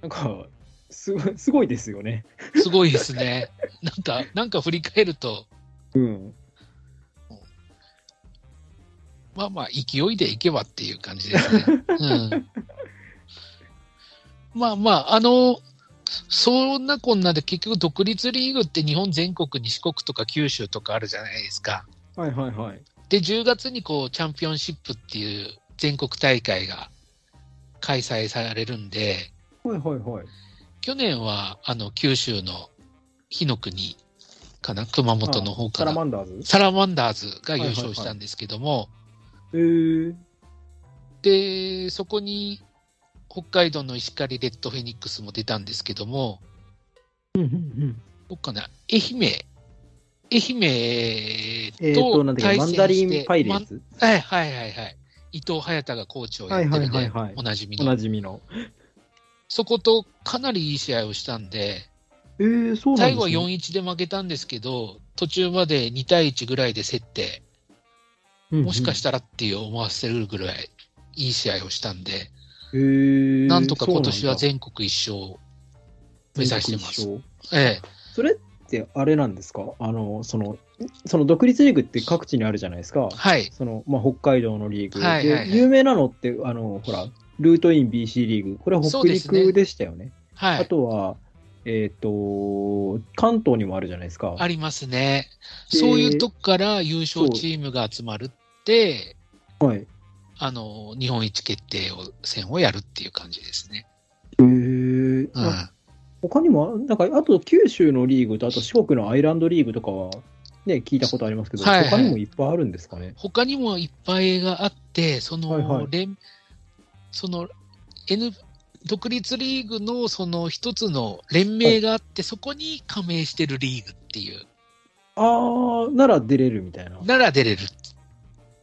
なんか、すごいすごいですよね。すごいですね。なんか、なんか振り返ると、うん。まあまあ、勢いでいけばっていう感じですね。うん、まあまあ、あの、そんなこんなで結局独立リーグって日本全国に四国とか九州とかあるじゃないですか。はいはいはい。で、10月にこう、チャンピオンシップっていう全国大会が開催されるんで、はいはいはい。去年は、あの、九州の火の国かな熊本の方サかラらマンダーズサラマンダーズが優勝したんですけども、えー、で、そこに北海道の石狩レッドフェニックスも出たんですけども、うんうんうん。どっかな、愛媛、愛え媛っ、と、なとんだっけ、対マン戦して、ダリンパイレーツまはいはいはいはい。伊藤隼太がコーチをやってるはいはいねはいはい、おなじみおのな。じみの。そことかなりいい試合をしたんで、えー、そうなん最です、ね、後は4-1で負けたんですけど、途中まで2対1ぐらいで競って、もしかしたらっていう思わせるぐらいいい試合をしたんで、て、うんうん、えーなんとか今年はそう全国一勝目なん指だしてます。全国一ええ、緒それってあれなんですかあの、その、その独立リーグって各地にあるじゃないですか。はい。その、まあ、北海道のリーグ。はいはいはいで有名なのって、あの、ほら、ルートイン BC リーグ。これはそ北うですね陸でしたよね。はあい。とは、えっ、と、関東にもあるじゃないですか。ありますね。でそういうとこから優勝チームが集まるって、はい。あの、日本一決定を戦をやるっていう感じですね。えーうん。あ他にも、なんか、あと九州のリーグと、あと四国のアイランドリーグとかは、ね、聞いたことありますけど、はいはい他にもいっぱいあるんですかね。他にもいっぱいがあって、その、はいはい連その、N、独立リーグのその一つの連盟があって、そこに加盟してるリーグっていう、あー、なら出れるみたいな。なら出れる。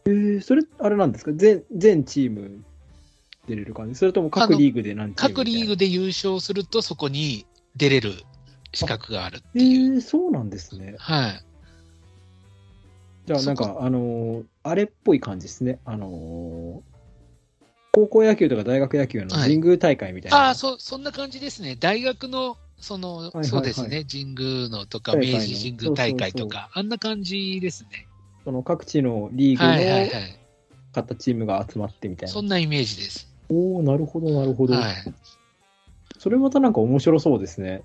えー、それ、あれなんですか全、全チーム出れる感じそれとも各リーグで何チーム各リーグで。で優勝すると、そこに出れる資格があるってえいう。ー、そうなんですね。はい。じゃあ、なんそか、あのーあれっぽい感じですね。あのー高校野球とか大学野球の神宮大会みたいな。ああ、そ、そんな感じですね。大学の、そいの、はいそうですね。神宮のとか、大会明の治神宮大会とか、あんな感じですね。その各地のリーグのはいはいはい。勝ったチームが集まってみたいな。そんなイメージです。おおなるほど、なるほど、はい。それまたなんか面白そうですね。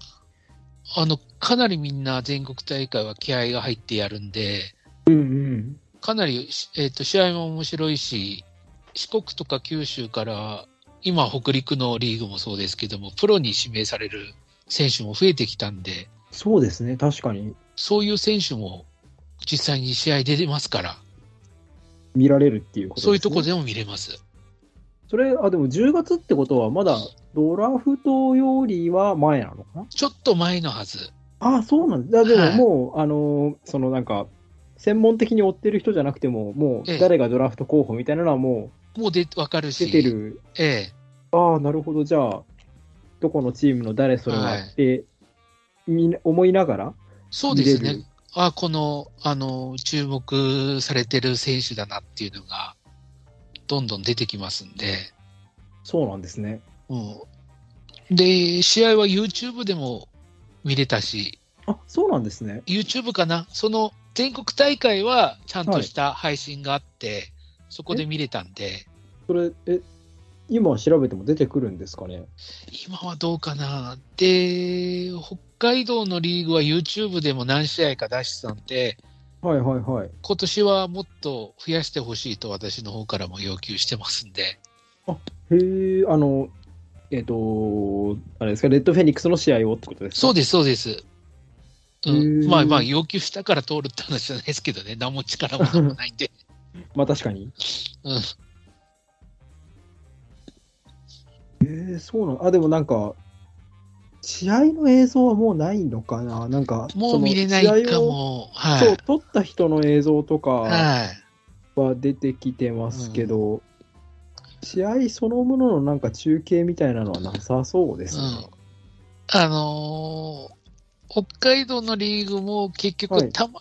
あの、かなりみんな全国大会は気合が入ってやるんで、うんうん。かなり、しえっ、と、試合も面白いし、四国とか九州から、今、北陸のリーグもそうですけども、プロに指名される選手も増えてきたんで、そうですね、確かにそういう選手も実際に試合出てますから、見られるっていうことです、ね。そういうとこ。でも見れます。それ、あ、でも10月ってことは、まだドラフトよりは前なのかなちょっと前のはず。ああ、そうなんだ。でもはいもう、あのーそのなんか、専門的に追ってる人じゃなくても、もえうえ誰がドラフト候補みたいなのはももうで、わかるうし。出て。る。えああ、なるほど。じゃあ、どこのチームの誰それはって、みな思いながらえ。そうです見れねる。あ、この、あの、注目されてる選手だなっていうのが、どんどん出てきますんで。そうなんですね。うん。で、試合は YouTube でも見れたし、あ、そうなんですね。 YouTube かなその、全国大会はちゃんとした配信があって、そこで見れたんで、それ、え、今調べても出てくるんですかね。今はどうかなで、北海道のリーグは YouTube でも何試合か出してたんで、はいはいはい。今年はもっと増やしてほしいと私の方からも要求してますんで、へえ、あの、えっ、と、あれですか、レッドフェニックスの試合をってことですかそうです、そうです。うへーん、まあまあ、要求したから通るって話じゃないですけどね、何も力もなんもない んで、まあ確かに。うんへえ、そうなの。あ、でもなんか、試合の映像はもうないのかななんか、もう見れないかその。も、は試合をそう、い。撮った人の映像とかはは出てきてますけど、試合そのもののなんか中継みたいなのはなさそうですね。うんい。あのー北海道のリーグも結は局いたま、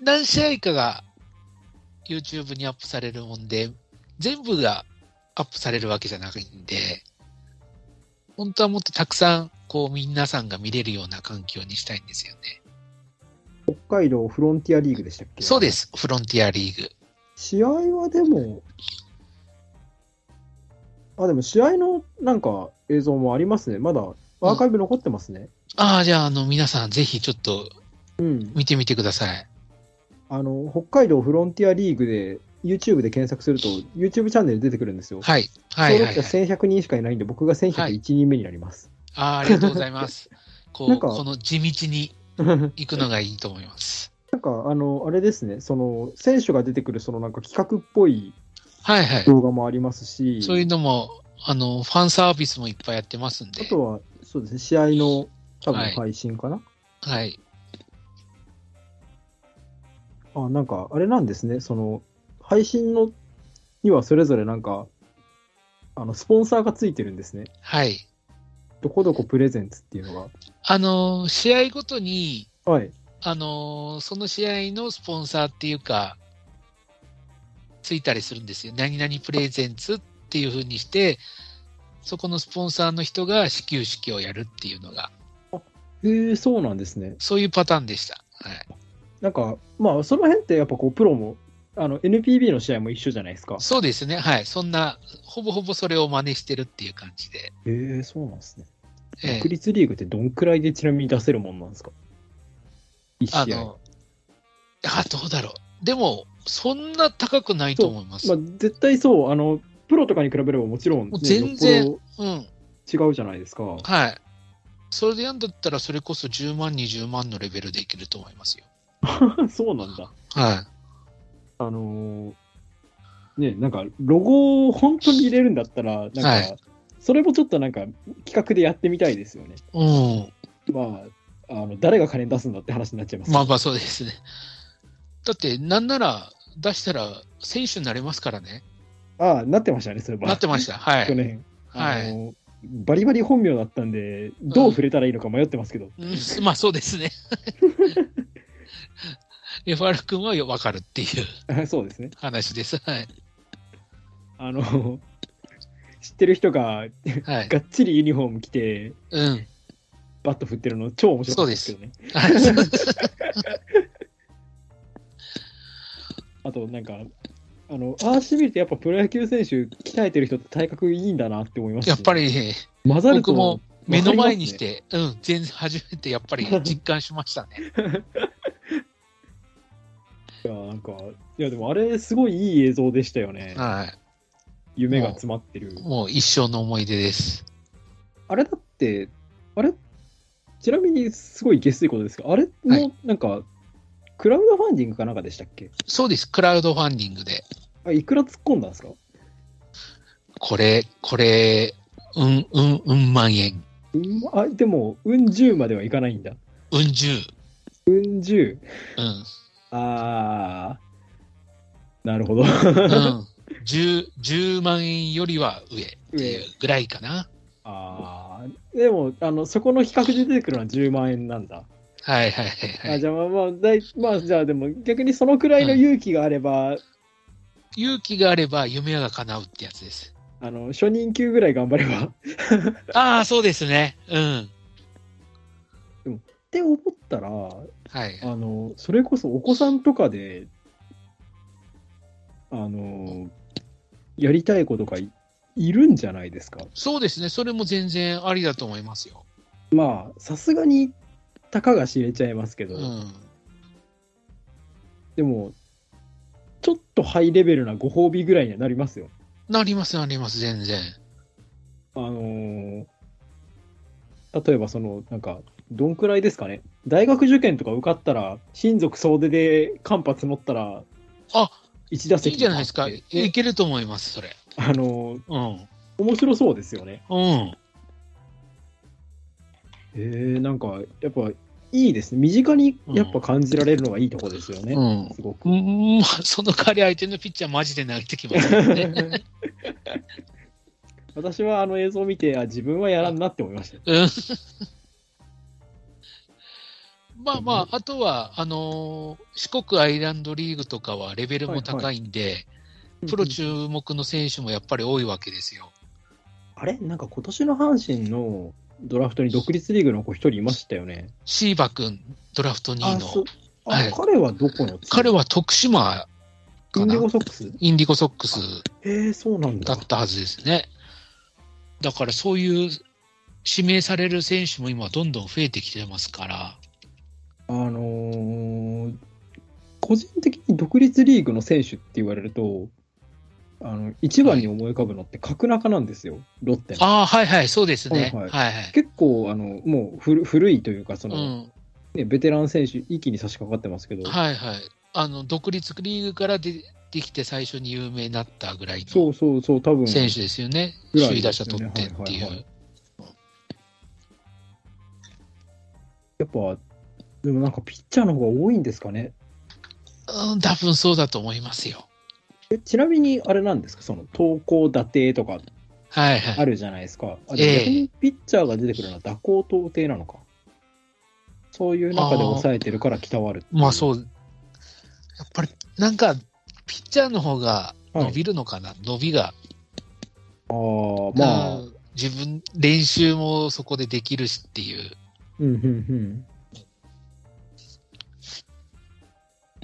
何試合かが YouTube にアップされるもんで、全部がアップされるわけじゃないんで、本当はもっとたくさん、こう、皆さんが見れるような環境にしたいんですよね。北海道フロンティアリーグでしたっけそうで。す。フロンティアリーグ。試合はでも、あ、でも試合のなんか映像もありますね。まだアーカイブ残ってますね。ああ、じゃあ、あの、皆さん、ぜひちょっとうん。見てみてください。あの、北海道フロンティアリーグで YouTube で検索すると YouTube チャンネル出てくるんですよ。はい。はい、登はい、録は者い。 1100人しかいないんで、僕が1101、はい人目になります。ああ、ありがとうござ います。こなう、んかこの地道に行くのがいいと思います。なんか、あの、あれですね、その、選手が出てくる、そのなんか企画っぽいはい、はい。動画もありますし、そういうのも、あの、ファンサービスもいっぱいやってますんであ。とは、そうですね、試合の多分はい配信かな。はい。あ、なんか、あれなんですね、その、配信のにはそれぞれなんか、あの、スポンサーがついてるんですね。はい。どこどこプレゼンツっていうのあの、試合ごとに、が。はい。あのーその試合のスポンサーっていうか、ついたりするんですよ。何々プレゼンツっていうふうにして、そこのスポンサーの人が始球式をやるっていうのが、へえそうなんですね。そういうパターンでした。はい、なんか、まあ、その辺ってやっぱこう、プロも、あの、NPB の試合も一緒じゃないですか。そうですね。はい。そんな、ほぼほぼそれを真似してるっていう感じで。へえそうなんですね。ええ独立リーグってどんくらいでちなみに出せるもんなんですか一あ試合。の、あ、どうだろう。でも、そんな高くないと思います。まあう、絶対そう、あの、プロとかに比べればもちろん、もう全然よっぽん。ど違うじゃないですか。 はい。それでやんだったら、それこそ10万、20万のレベルでいけると思いますよ。そうなんだ。はい。あのーね、なんか、ロゴを本当に入れるんだったら、なんか、はいそれもちょっとなんか、企画でやってみたいですよね。うん。まあ、あの誰が金出すんだって話になっちゃいますけど。まあまあそうですね。だって、なんなら出したら選手になれますからね。ああ、なってましたね、それは。なってました。は去い。年。はあい。のバリバリ本名だったんで、どう触れたらいいのか迷ってますけど。 うんまあそうですね。FR 君は分かるっていうそうですね。話です。 はい。あの、知ってる人がはい。がっちりユニフォーム着て、 うん。バット振ってるの超面白かったですけどね。はいあと、なんか、あの、ああしてみるとやっぱプロ野球選手鍛えてる人って体格いいんだなって思いました、やっぱ、り、混ざると僕も目の前にし。て、うん、全然初めてやっぱり実感しましたね。いや、なんか、いやでもあれすごいいい映像でしたよね。 は夢が詰まってるい。。もう一生の思い出です。あれだって、あれ、ちなみにすごい下水ことですが、あれはもいなんか、クラウドファンディングかなんかでしたっけそうです。クラウドファンディングで。あいくら突っ込んだんですかこれ、これ、うん、うん、うん万円。うんあでも、うん10まではいかないんだ。うん十。うん10。うん。あー、なる ほど。うん、10, 10万円よりは上っていうぐらいかな。あーでもあの、そこの比較で出てくるのは10万円なんだ。はいはいはい、はあい。じゃあ、まあまあだい、まあ、じゃあ、でも逆にそのくらいの勇気があれば、勇気があれば夢が叶うってやつです。あの初任給ぐらい頑張れば。っああ、そうですね。うん。て思ったら、はい。あの、それこそお子さんとかで、あの、やりたい子とかいいるんじゃないですか。そうですね。それも全然ありだと思いますよ。まあ、さすがに、たかが知れちゃいますけうど、ん。でも、ちょっとハイレベルなご褒美ぐらいにはなりますよ。なります、なります、全然。あのー例えばその、なんか、どんくらいですかね。大学受験とか受かったら、親族総出でカンパ募ったら、あ1打い席いじゃないですか。立いっていけると思います、それ。あのーうん。面白そうですよね。うん。へえなんか、やっぱ、いいですね。身近にやっぱ感じられるのがいいとこですよね。うんすごく。うん、 まあその代わり相手のピッチャーマジで投げてき ますからね。私はあの映像を見て、あ、自分はやらんなって思いました。うんまあまあ、あとは、あのー四国アイランドリーグとかはレベルも高いんで、プロ注目の選手もやっぱり多いわけですよ。あれなんか今年の阪神のドラフトに独立リーグの子一人いましたよね。シーバ君、ドラフト2位あその。あ、はい彼はどこの彼は徳島イかンデなィゴソックスインディゴソックスえー、そうなんだだ。ったはずですね。だからそういう指名される選手も今どんどん増えてきてますから。あのー個人的に独立リーグの選手って言われると、あの一番に思い浮かぶのって角中なんですよ、ロッテの。ああ、はいはい、そうですね。ははいいはいはい。結構あの、もう古古いというか、そうの、ん。ね、ベテラン選手、一気に差し掛かってますけど、はいはい。あの、独立リーグから出てきて最初に有名になったぐらいそのうそうそう、多分選手ですよね。ぐらい首位で打すよ者ね取ってっていはいはいはう。やっぱ、でもなんかピッチャーの方が多いんですかね。うん、多分そうだと思いますよ。えちなみに、あれなんですか、その投稿打定とかはいはいあ。るじゃないですか。あえでえも逆にピッチャーが出てくるのは打工投定なのか。そういう中で抑えてるから北はあるっていまあう。そう、やっぱりなんか、ピッチャーの方がはい伸びるのかな、伸びが。ああ、まあう、ん自分、練習もそこでできるしっていう。うんうん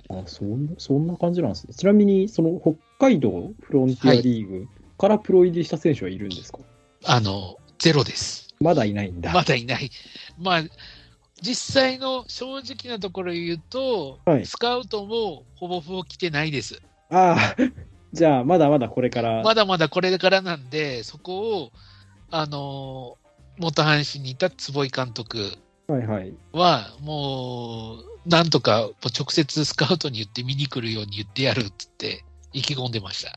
うん。あそんなそんな感じなんですね。ちなみに、その北海道フロンティアリーグからプロ入りした選手はいるんですか、あの、ゼロです。まだいないんだ。まだいない。まあ、実際の正直なところ言うと、はいスカウトもほぼほぼ来てないです。ああ、 じゃあ、まだまだこれから。まだまだこれからなんで、そこを、あの、元阪神にいた坪井監督はいはい。は、もう、なんとか、もう直接スカウトに言って見に来るように言ってやるってって、意気込んでました。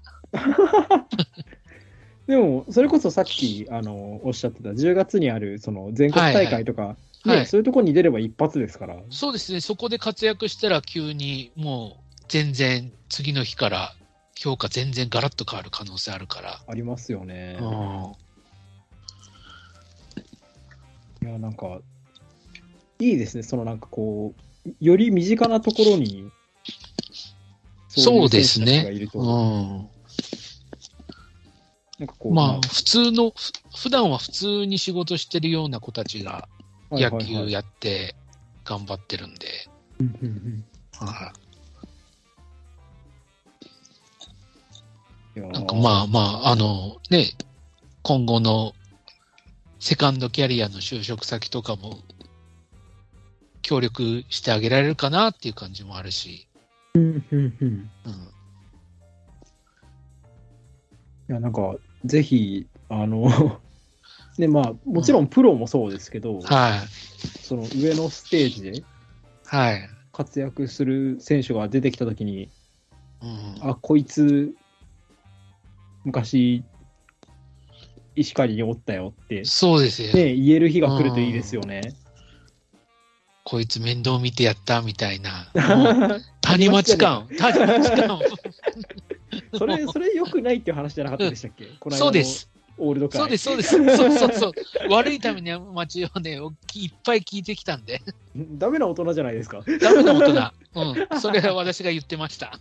でも、それこそさっき、あの、おっしゃってた、10月にある、その、全国大会とか、はいね、そういうところに出れば一発ですから。そうですね、そこで活躍したら急に、もう、全然、次の日から、評価全然ガラッと変わる可能性あるから。ありますよね。いや、なんか、いいですね。そのなんかこう、より身近なところに、そうですそういう選手たねちがいるとうん。なんかこう、まあ、普通の、ふ普段は普通に仕事してるような子たちが、はいはい野はい球やって、頑張ってるんで。うんうんうんいやーなんかまあまあ、あのね、今後のセカンドキャリアの就職先とかも協力してあげられるかなっていう感じもあるし、うんうんうんうん、いや、なんか、ぜひ、あの、 ね、まあ、もちろんプロもそうですけど、はい、その上のステージではい、活躍する選手が出てきたときに、うん、あ、こいつ、昔、石狩におったよって、そうですよ、ね、言える日が来るといいですよね。こいつ面倒見てやったみたい な、もう谷町感、谷町 感、 それ、それ良くないっていう話じゃなかったでしたっけ、この間のそうです、オールド会。そうです、そうです、そうそうそう、悪いために町をね、いっぱい聞いてきたんで、ダメな大人じゃないですか。 ダメな大人、うん、それは私が言ってました。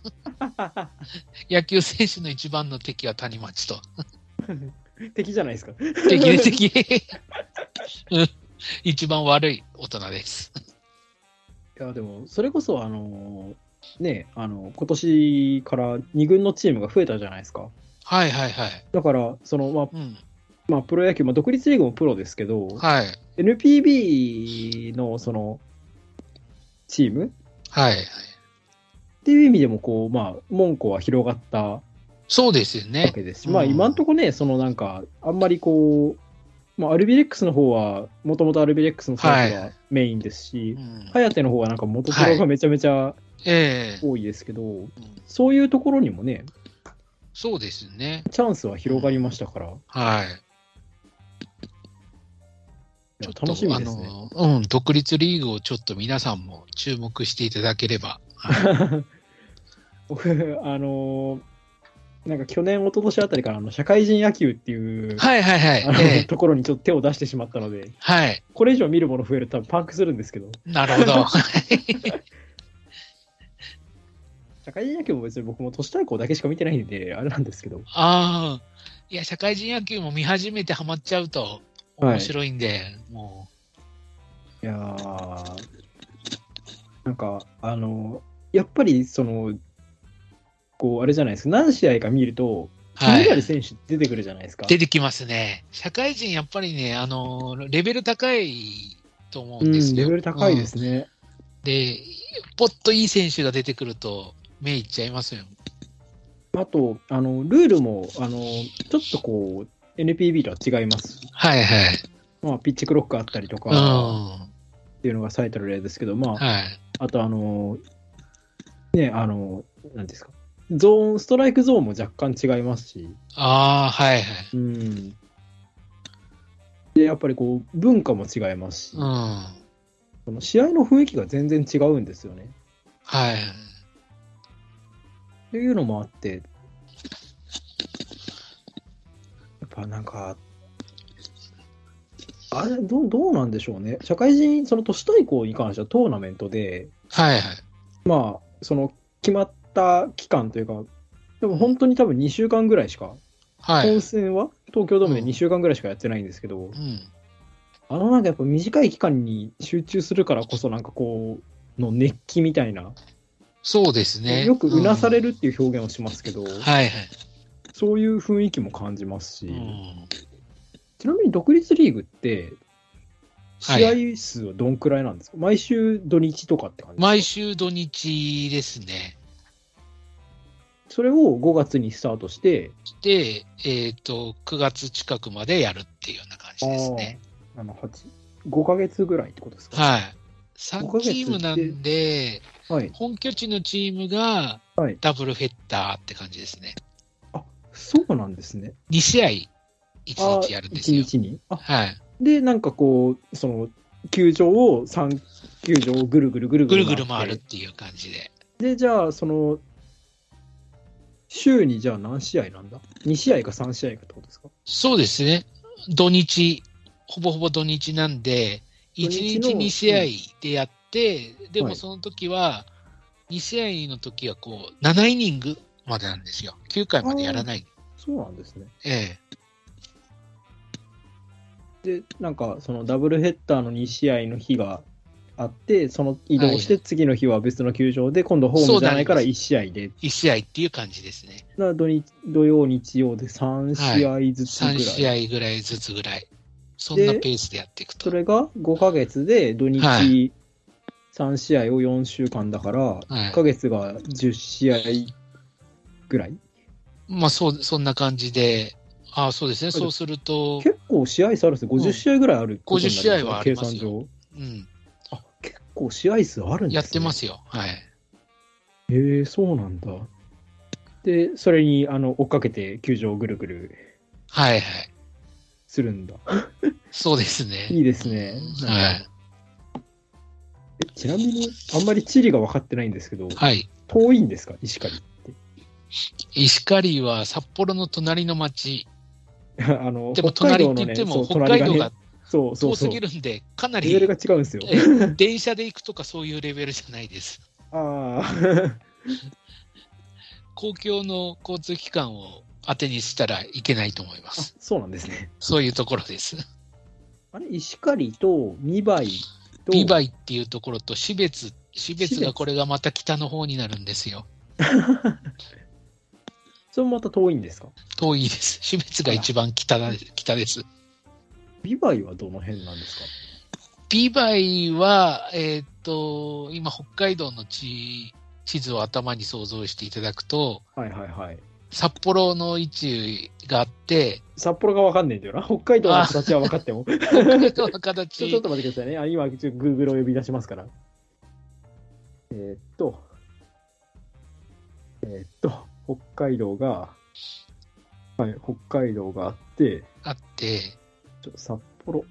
野球選手の一番の敵は谷町と。敵じゃないですか。敵で敵。 うん一番悪い大人です。いや、でも、それこそ、あのーね、あの、今年から2軍のチームが増えたじゃないですか。はいはいはい。だから、その、まあ、うん。まあ、プロ野球、まあ、独立リーグもプロですけど、はい。 NPB の、その、チームっはいはい。ていう意味でも、こう、まあ、門戸は広がったわそうですよね。けですし、うんまあ、今んとこね、その、なんか、あんまりこう、まあ、アルビレックスの方は、もともとアルビレックスの選手はがいメインですしう、ん、ハヤテの方はなんか元プロがめちゃめちゃええ多いですけど、そういうところにもね、そうですよね。チャンスは広がりましたから、はい。いや楽しみですね。あの、うん、独立リーグをちょっと皆さんも注目していただければ。僕、 あのーなんか去年、一昨年あたりからあの社会人野球っていう、はいはいあのはい。ええところにちょっと手を出してしまったので、はい。これ以上見るもの増えると多分パンクするんですけど、なるほど。社会人野球も別に僕も都市対抗だけしか見てないんで、あれなんですけど、ああ、いや、社会人野球も見始めてハマっちゃうと面白いんで、もいやーなんか、あの、やっぱり、その、こう、あれじゃないですか、何試合か見ると、う、気になはるい。選手出てくるじゃないですか。出てきますね。社会人、やっぱりね、あの、レベル高いと思うんですうん、よ。レベル高いでうんすね。で、ぽっといい選手が出てくると、目いっちゃいますよ。あと、あの、ルールも、あの、ちょっとこう、NPB とは違います。はいはい。まあ、ピッチクロックあったりとうん。かっていうのが最たる例ですけど、まあ、はい。あと、あの、ね、あの、なんですか、ゾーン、ストライクゾーンも若干違いますし、ああ、はいはい。うん。で、やっぱりこう、文化も違いますし、うん。はその試合の雰囲気が全然違うんですよね。い。っていうのもあって、やっぱなんか、あれどう、どうなんでしょうね。社会人、その都市対抗に関してはトーナメントで、はいはい。まあ、その決まった期間というか、でも本当に多分2週間ぐらいしか、はい。本戦は東京ドームでうん2週間ぐらいしかやってないんですけど、うん。あのなんかやっぱ短い期間に集中するからこそなんかこう、の熱気みたいな、そうですね。よくうなされるっていう表現をしますけど、うん。はいはい。そういう雰囲気も感じますし、うんちなみに独立リーグって、はい試合数はどんくらいなんですか、毎週土日とかって感じ毎週土日ですね。それを5月にスタートして、で、えっ、と、9月近くまでやるっていうような感じですね。あーあの8 5ヶ月ぐらいってことですか、はい。五ヶ3月チってームなんで、はい本拠地のチームがはいダブルヘッダーって感じですね。そうなんですね。 2試合あ1日やるんです1よ。日に。あはい。で、なんかこう、その、球場を3球場をぐるぐるぐるぐぐるるぐる回るっっていう感じで。て。で、じゃあ、その、週にじゃあ何試合なんだ ?2 試合か3試合かってことですかそうですね。土日、ほぼほぼ土日なんで、土1日日の2試合でやって、ではもいその時は、2試合の時はこう、7イニングまでなんですよ。9回までやらない。そうなんですね。ええ。で、なんかそのダブルヘッダーの2試合の日があって、その移動して、は次の日は別の球場で、今度ホームじゃないから1試合で、 1試合っていう感じですね。だから土日土曜、日曜で3試合ずつぐらい。 3試合ぐらいずつぐらい。そんなペースでやっていくそと。れが5ヶ月で、土は日3試合を4週間だから、はい1ヶ月が10試合ぐらい。まあ、そう、そんな感じで、ああ、そうですね。そうすると、結構試合数あるんですね。50試合ぐらいあることになりますね、 50試合はあります計よ算上。うん、あ、結構試合数あるんです、ね、やってますよ。はい。へえそうなんだ。で、それにあの追っかけて球場をぐるぐるはいはい。するんだ。そうですね。いいですね。はい。えちなみに、あんまり地理が分かってないんですけど、はい。遠いんですか、石狩 って。石狩は札幌の隣の町。あのでも北海隣道のって言ねってもそう北海道ねがそうそうそ遠すう、ぎるんで、かなレベルりが違うんですよ。え電車で行くとかそういうレベルじゃないです。ああ、公共の交通機関を当てにしたらいけないと思いまあす。 そうなんですね。そういうところです。あれ、石狩と美梅と、美梅っていうところと標別、標標別別がこれがまた北の方になるんですよ。それもまた遠いんですか遠いです。標別が一番北だ北です。美梅はどの辺なんですかビバイは、えーっと、今、北海道の地地図を頭に想像していただくと、はいはいはい。札幌の位置があって、 札幌が分かんないんだよな。北海道の形は分かっても。北海道のちょちょっ形、と待ってくださいね。あ今、ちょっと Google を呼び出しますから。えーっと、えーっと、北海道が、はい、北海道があって、あって、ちょ札幌、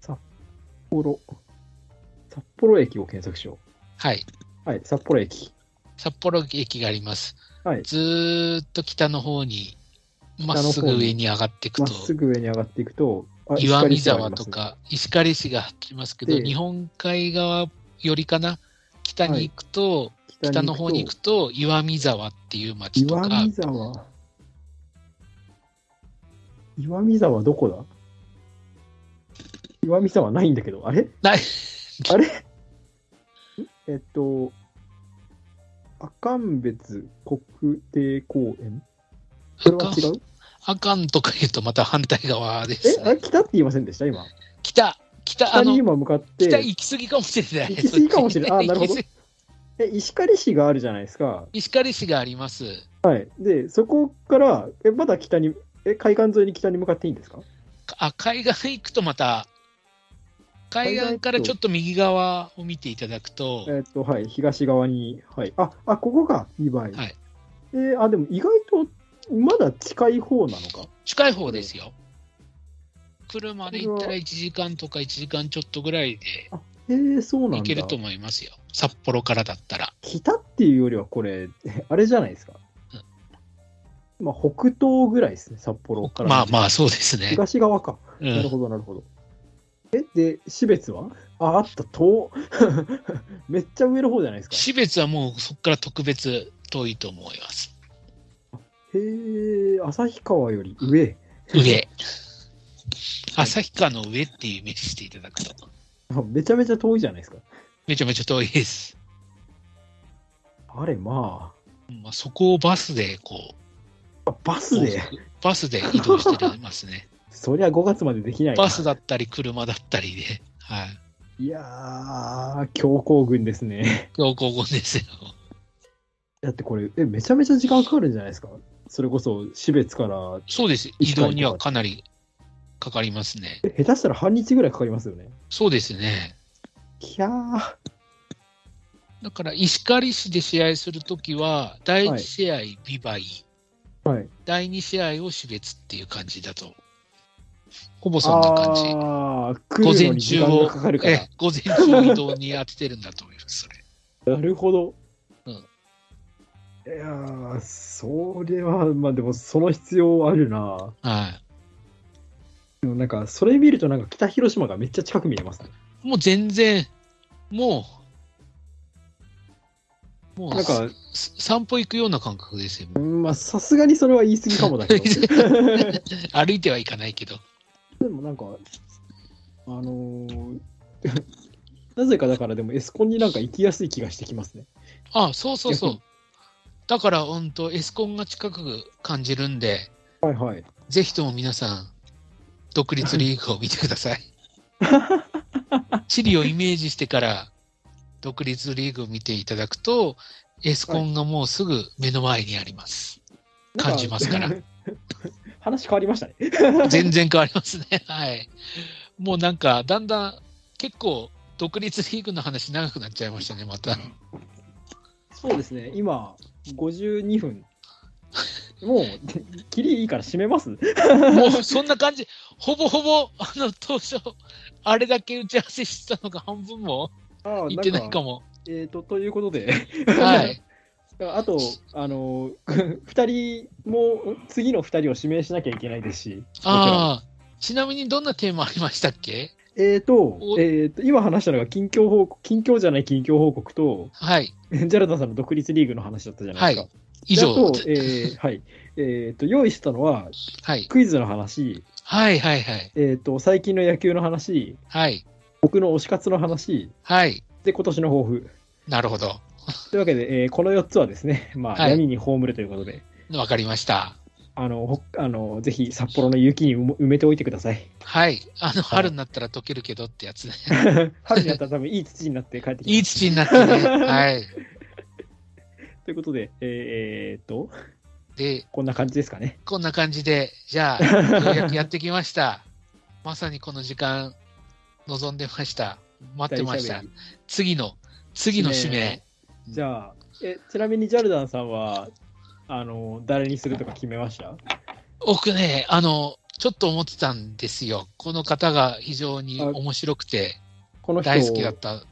札幌、札幌駅を検索しよはい、う。はい、札幌駅。札幌駅があります。はいずーっと北の方に、まっすぐ上に上がっていくまっと、すぐ上に上がっていくと、あ岩見石狩市があり沢まとすねか、石狩市がありますけど、で日本海側よりかな、北に行くと、北の方に行くと、岩見沢っていう町と岩か見、沢。岩見沢どこだ岩見沢ないんだけど、あれない。あれんえっと、阿寒別国定公園それは違うあかんとか言うとまた反対側でえす、あねれ。北って言いませんでした今。北、北、あ北にの、今向かって。北行き過ぎかもしれない。行き過ぎかもしれないあなるほど行き過ぎ。え、石狩市があるじゃないですか。石狩市があります。はい。で、そこから、え、まだ北に、え、海岸沿いに北に向かっていいんですかあ、海岸行くとまた、海岸からちょっと右側を見ていただくと、えっと、はい。東側に、はい。あ、あ、ここが2倍。はいえーあ、でも意外と、まだ近い方なのか。近い方ですよ。車で行ったら1時間とか1時間ちょっとぐらいでえー、そうなんだ。行けると思いますよ。札幌からだったら。北っていうよりは、これ、 あれじゃないですか。まあ、北東ぐらいですね、札幌から。まあまあ、そうですね。東側か。うなるん、ほど、なるほど。え、で、標別はあ、あった、遠。 めっちゃ上の方じゃないですか。標別はもうそこから特別遠いと思います。へえ、旭川より上。上。旭川の上っていうイメージしていただくと。あめちゃめちゃ遠いじゃないですか。めちゃめちゃ遠いです。あれ、ままあ、そこをバスでこあ、あバう、スで、往復バスで移動してますね。そりゃ5月までできないなバスだったり車だったりで、はい。いやー、強行軍ですね。 強行軍ですよ。だってこれ、え、めちゃめちゃ時間かかるんじゃないですか。それこそ、標別から、そうです。移動にはかなりかかりますね。え下手したら半日ぐらいかかりますよね。そうですね。きゃー。だから石狩市で試合するときは、第1試合ビバイ、はい第2試合を標別っていう感じだと、ほぼそんな感じ。あー、午来るの前に時中間をがかかるかえら。午前中を移動に当ててるんだと思います、それ。なるほど。うんいやー、それは、まあでも、その必要はあるな。はでもなんか、それ見ると、なんか北広島がめっちゃ近く見えますね。い。もう全然、もう、もうなんか、す散歩行くような感覚ですよ。うんまあ、さすがにそれは言い過ぎかもだけど。 歩いてはいかないけど。でもなんか、あのー なぜかだからでもエスコンになんか行きやすい気がしてきますね。あ、そうそうそ逆う。だから、うんと、エスコンが近く感じるんで、はいはい。ぜひとも皆さん、独立リーグを見てください。地理をイメージしてから、独立リーグを見ていただくと、エスコンがもうすぐ目の前にあります。感じますから。 話変わりましたね。全然変わりますね。 はい。もうなんか、だんだん、結構、独立リーグの話長くなっちゃいましたね、また。そうですね、今、52分。もう、 キリいいから締めますもうそんな感じ、ほぼほぼ、あの、当初、あれだけ打ち合わせしてたのが半分もああいってないかも。も。えーと、ということで、 はい。 あと、あのー、2人 も、次の2人を指名しなきゃいけないですし、ああ、ちなみにどんなテーマありましたっけえーとお、えーと、今話したのが近況報告、近況じゃない近況報告と、はい。 ジャルダンさんの独立リーグの話だったじゃないですか。以であ上。と、えーはい。えーと、用意したのは、はい。クイズの話、はいはいはい。えーと、最近の野球の話、はい。僕の推し活の話、はい。で、今年の抱負。なるほど。というわけで、えーこの4つはですね、 まあ、はい闇に葬るということで、わかりました。あの、ほあのぜひ札幌の雪に埋めておいてくだ さい。はい。あの、春になったら溶けるけどってやつね。春になったら多分いい土になって帰ってきます。いい土になってね。 はい。ということで、えーえーっと、で、こんな感じですかね。こんな感じで、じゃあ、ようやくやってき ました。まさにこの時間、望んでました。待ってまし大喋。たり次の、次の指名ね。じゃあ、え、ちなみにジャルダンさんは、あの、誰にするとか決めました僕ね、あの、ちょっと思ってたんですよ。この方が非常にあ面白くて、この人大好きだった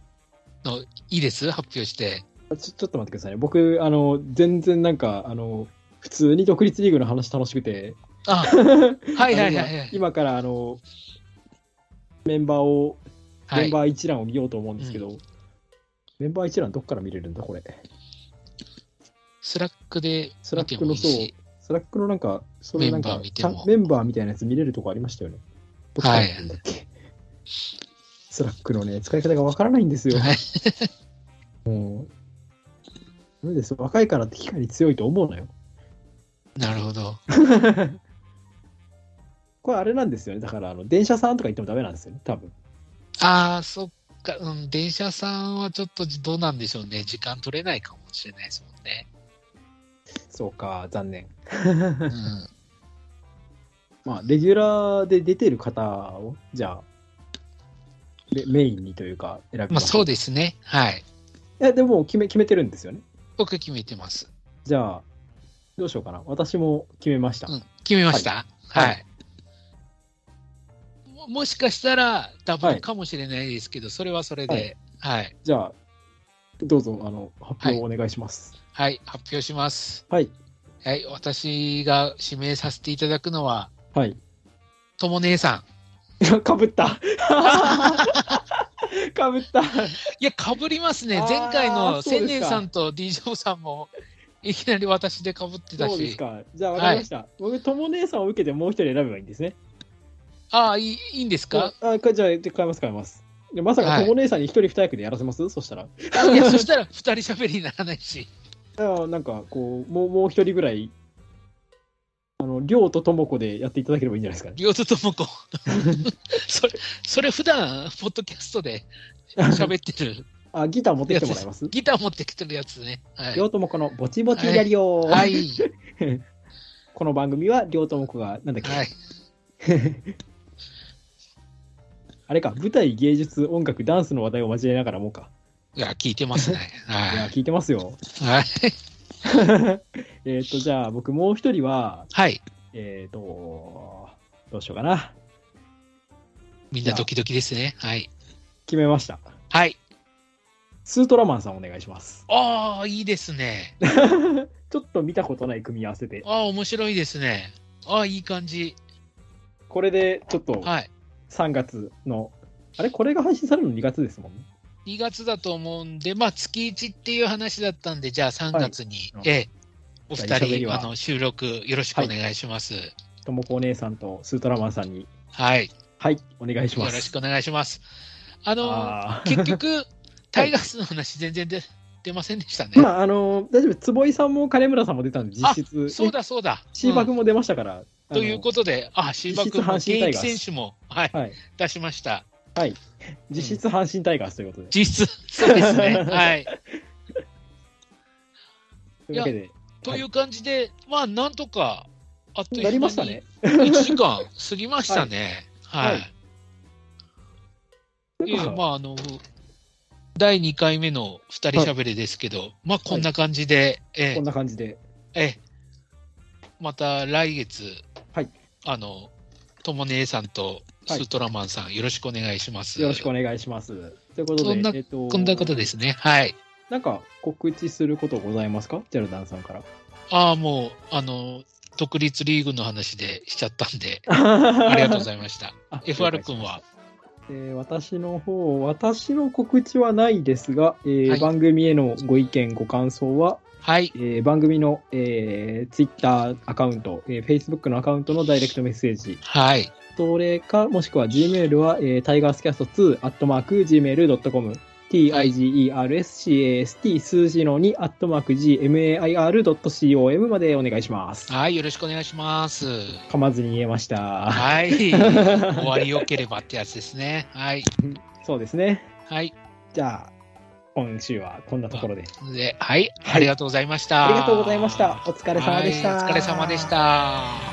の、いいです発表して。ちょちょっと待ってくださいね。僕、あの、全然なんか、あの、普通に独立リーグの話楽しくて、 あ、はいはいはいはあの今い。今から、あの、メンバーを、はメンい、バー一覧を見ようと思うんですけど、メンバー一覧どっから見れるんだ、これ。スラックでスラ見てックものいいそうし。、スラックのなんか、そのなんメンかバー見てもちゃんメンバーみたいなやつ見れるとこありましたよね。どっからはい見るんだっけスラックのね、使い方がわからないんですよ。はいもう、なんです若いからって機械に強いと思うのよ。なるほど。これあれなんですよね。だから、あの、電車さんとか言ってもダメなんですよね、多分。ああ、そっか、うん、電車さんはちょっとどうなんでしょうね。時間取れないかもしれないですもんね。そうか、残念。 うん。まあ、レギュラーで出てる方を、じゃあ、メメインにというか、選びまあそうで。ですね。はい。いや、でも決め、決めてるんですよね。僕決めてます。じゃあ、どうしようかな。私も決めました。うん。決めましたははいい。はももしかしたらダブはいルかもしれないですけど、それはそれで、はい。はい。じゃあ、どうぞ、あの、発表をお願いします。発表します。はい。はい。私が指名させていただくのは、はい。 とも姉さかぶった。 かぶった。ん。いや、かぶりますねあ。ー前回のそうですか千年さんと D ジョーさんも、いきなり私でかぶってたそうですし。か。じゃあ、わかりました。僕、とも姉さんを受けてもう一人選べばいいんですね。ああ、いいいいんですかあ、かじゃあ、変えます、変えます。でまさか、はといも姉さんに一人二役でやらせますそしたら。い や、そしたら二人喋りにならないし。あなんか、こう、もう、もう一人ぐらい、あの、りょうとともこでやっていただければいいんじゃないですかね。両手ともこ。 それ、それ普段、ポッドキャストで喋ってる、あ、ギター持ってきてもらえますギター持ってきてるやつね。はりょい。うともこのぼちぼちやりよう。はい。この番組はりょうともこが、なんだっけ、はい。あれか、舞台、芸術、音楽、ダンスの話題を交えながらもか。いや、聞いてますね。いや、は聞いてますよ。い。はい。えっと、じゃあ、僕もう一人は、はい。えっ、と、どうしようかな。みんなドキドキですね。はい。決めました。はい。スートラマンさんお願いします。ああ、いいですね。ちょっと見たことない組み合わせで、ああ、面白いですね。ああ、いい感じ。これでちょっとはい。 3月の、あれこれが配信されるの2月ですもんね。 2月だと思うんで、まあ、月1っていう話だったんで、じゃあ3月に、はいええ、おじゃあ二一緒に人、はあの、収録よろしくお願いします。ともこお姉さんとスートラマンさんに、はいはい、お願いしよまろす。しくお願いします。あの、あー 結局、タイガースの話全然出出ませんでしたね。まあ、あの大丈夫、坪井さんも金村さんも出たんで、実質、そうだそうだ。シーバうクも出ましたから。んということで、あ、シーバ君も実質現阪神タイ役ガース選手も、はい、とはい、出しました。実質阪神タイガースということで。実質、そうです ね。はい。というわけで、という感じで、まあ、なんとか、あっというなりましたね。 1時間過ぎましたね。ははいい。はいいやなんかまあ、あの、第2回目の2人しゃべりですけど、まあ、こんな感じで、ええこんな感じで。ええ、また来月、はいあの、とも姉さんとはいスートラマンさん、よろしくお願いします。よろしくお願いします。ということで、そんなえっと、こんなことですね。はい。なんか告知することございますかジェルダンさんから。ああ、もう、あの、独立リーグの話でしちゃったん で、あありがとうごいざいました。 ます FR 君は、えー私の方、私の告知はないですが、えーはい番組へのご意見、ご感想は、はい、えー番組の、えー、Twitter アカウント、えー Facebook のアカウントのダイレクトメッセージ、はい、それか、もしくは Gmail は、えー、tigerscast2 アットマーク gmail.com、tigerscast 数字の2アットマーク gmail.com までお願いします。はい、よろしくお願いします。噛まずに言えました。 はい、終わりよければってやつですね。はい、そうですね。はい、じゃあ、今週はこんなところで。で、はい、ありがとうございました。ありがとうございました。お疲れ様でした。はいお疲れ様でし。た。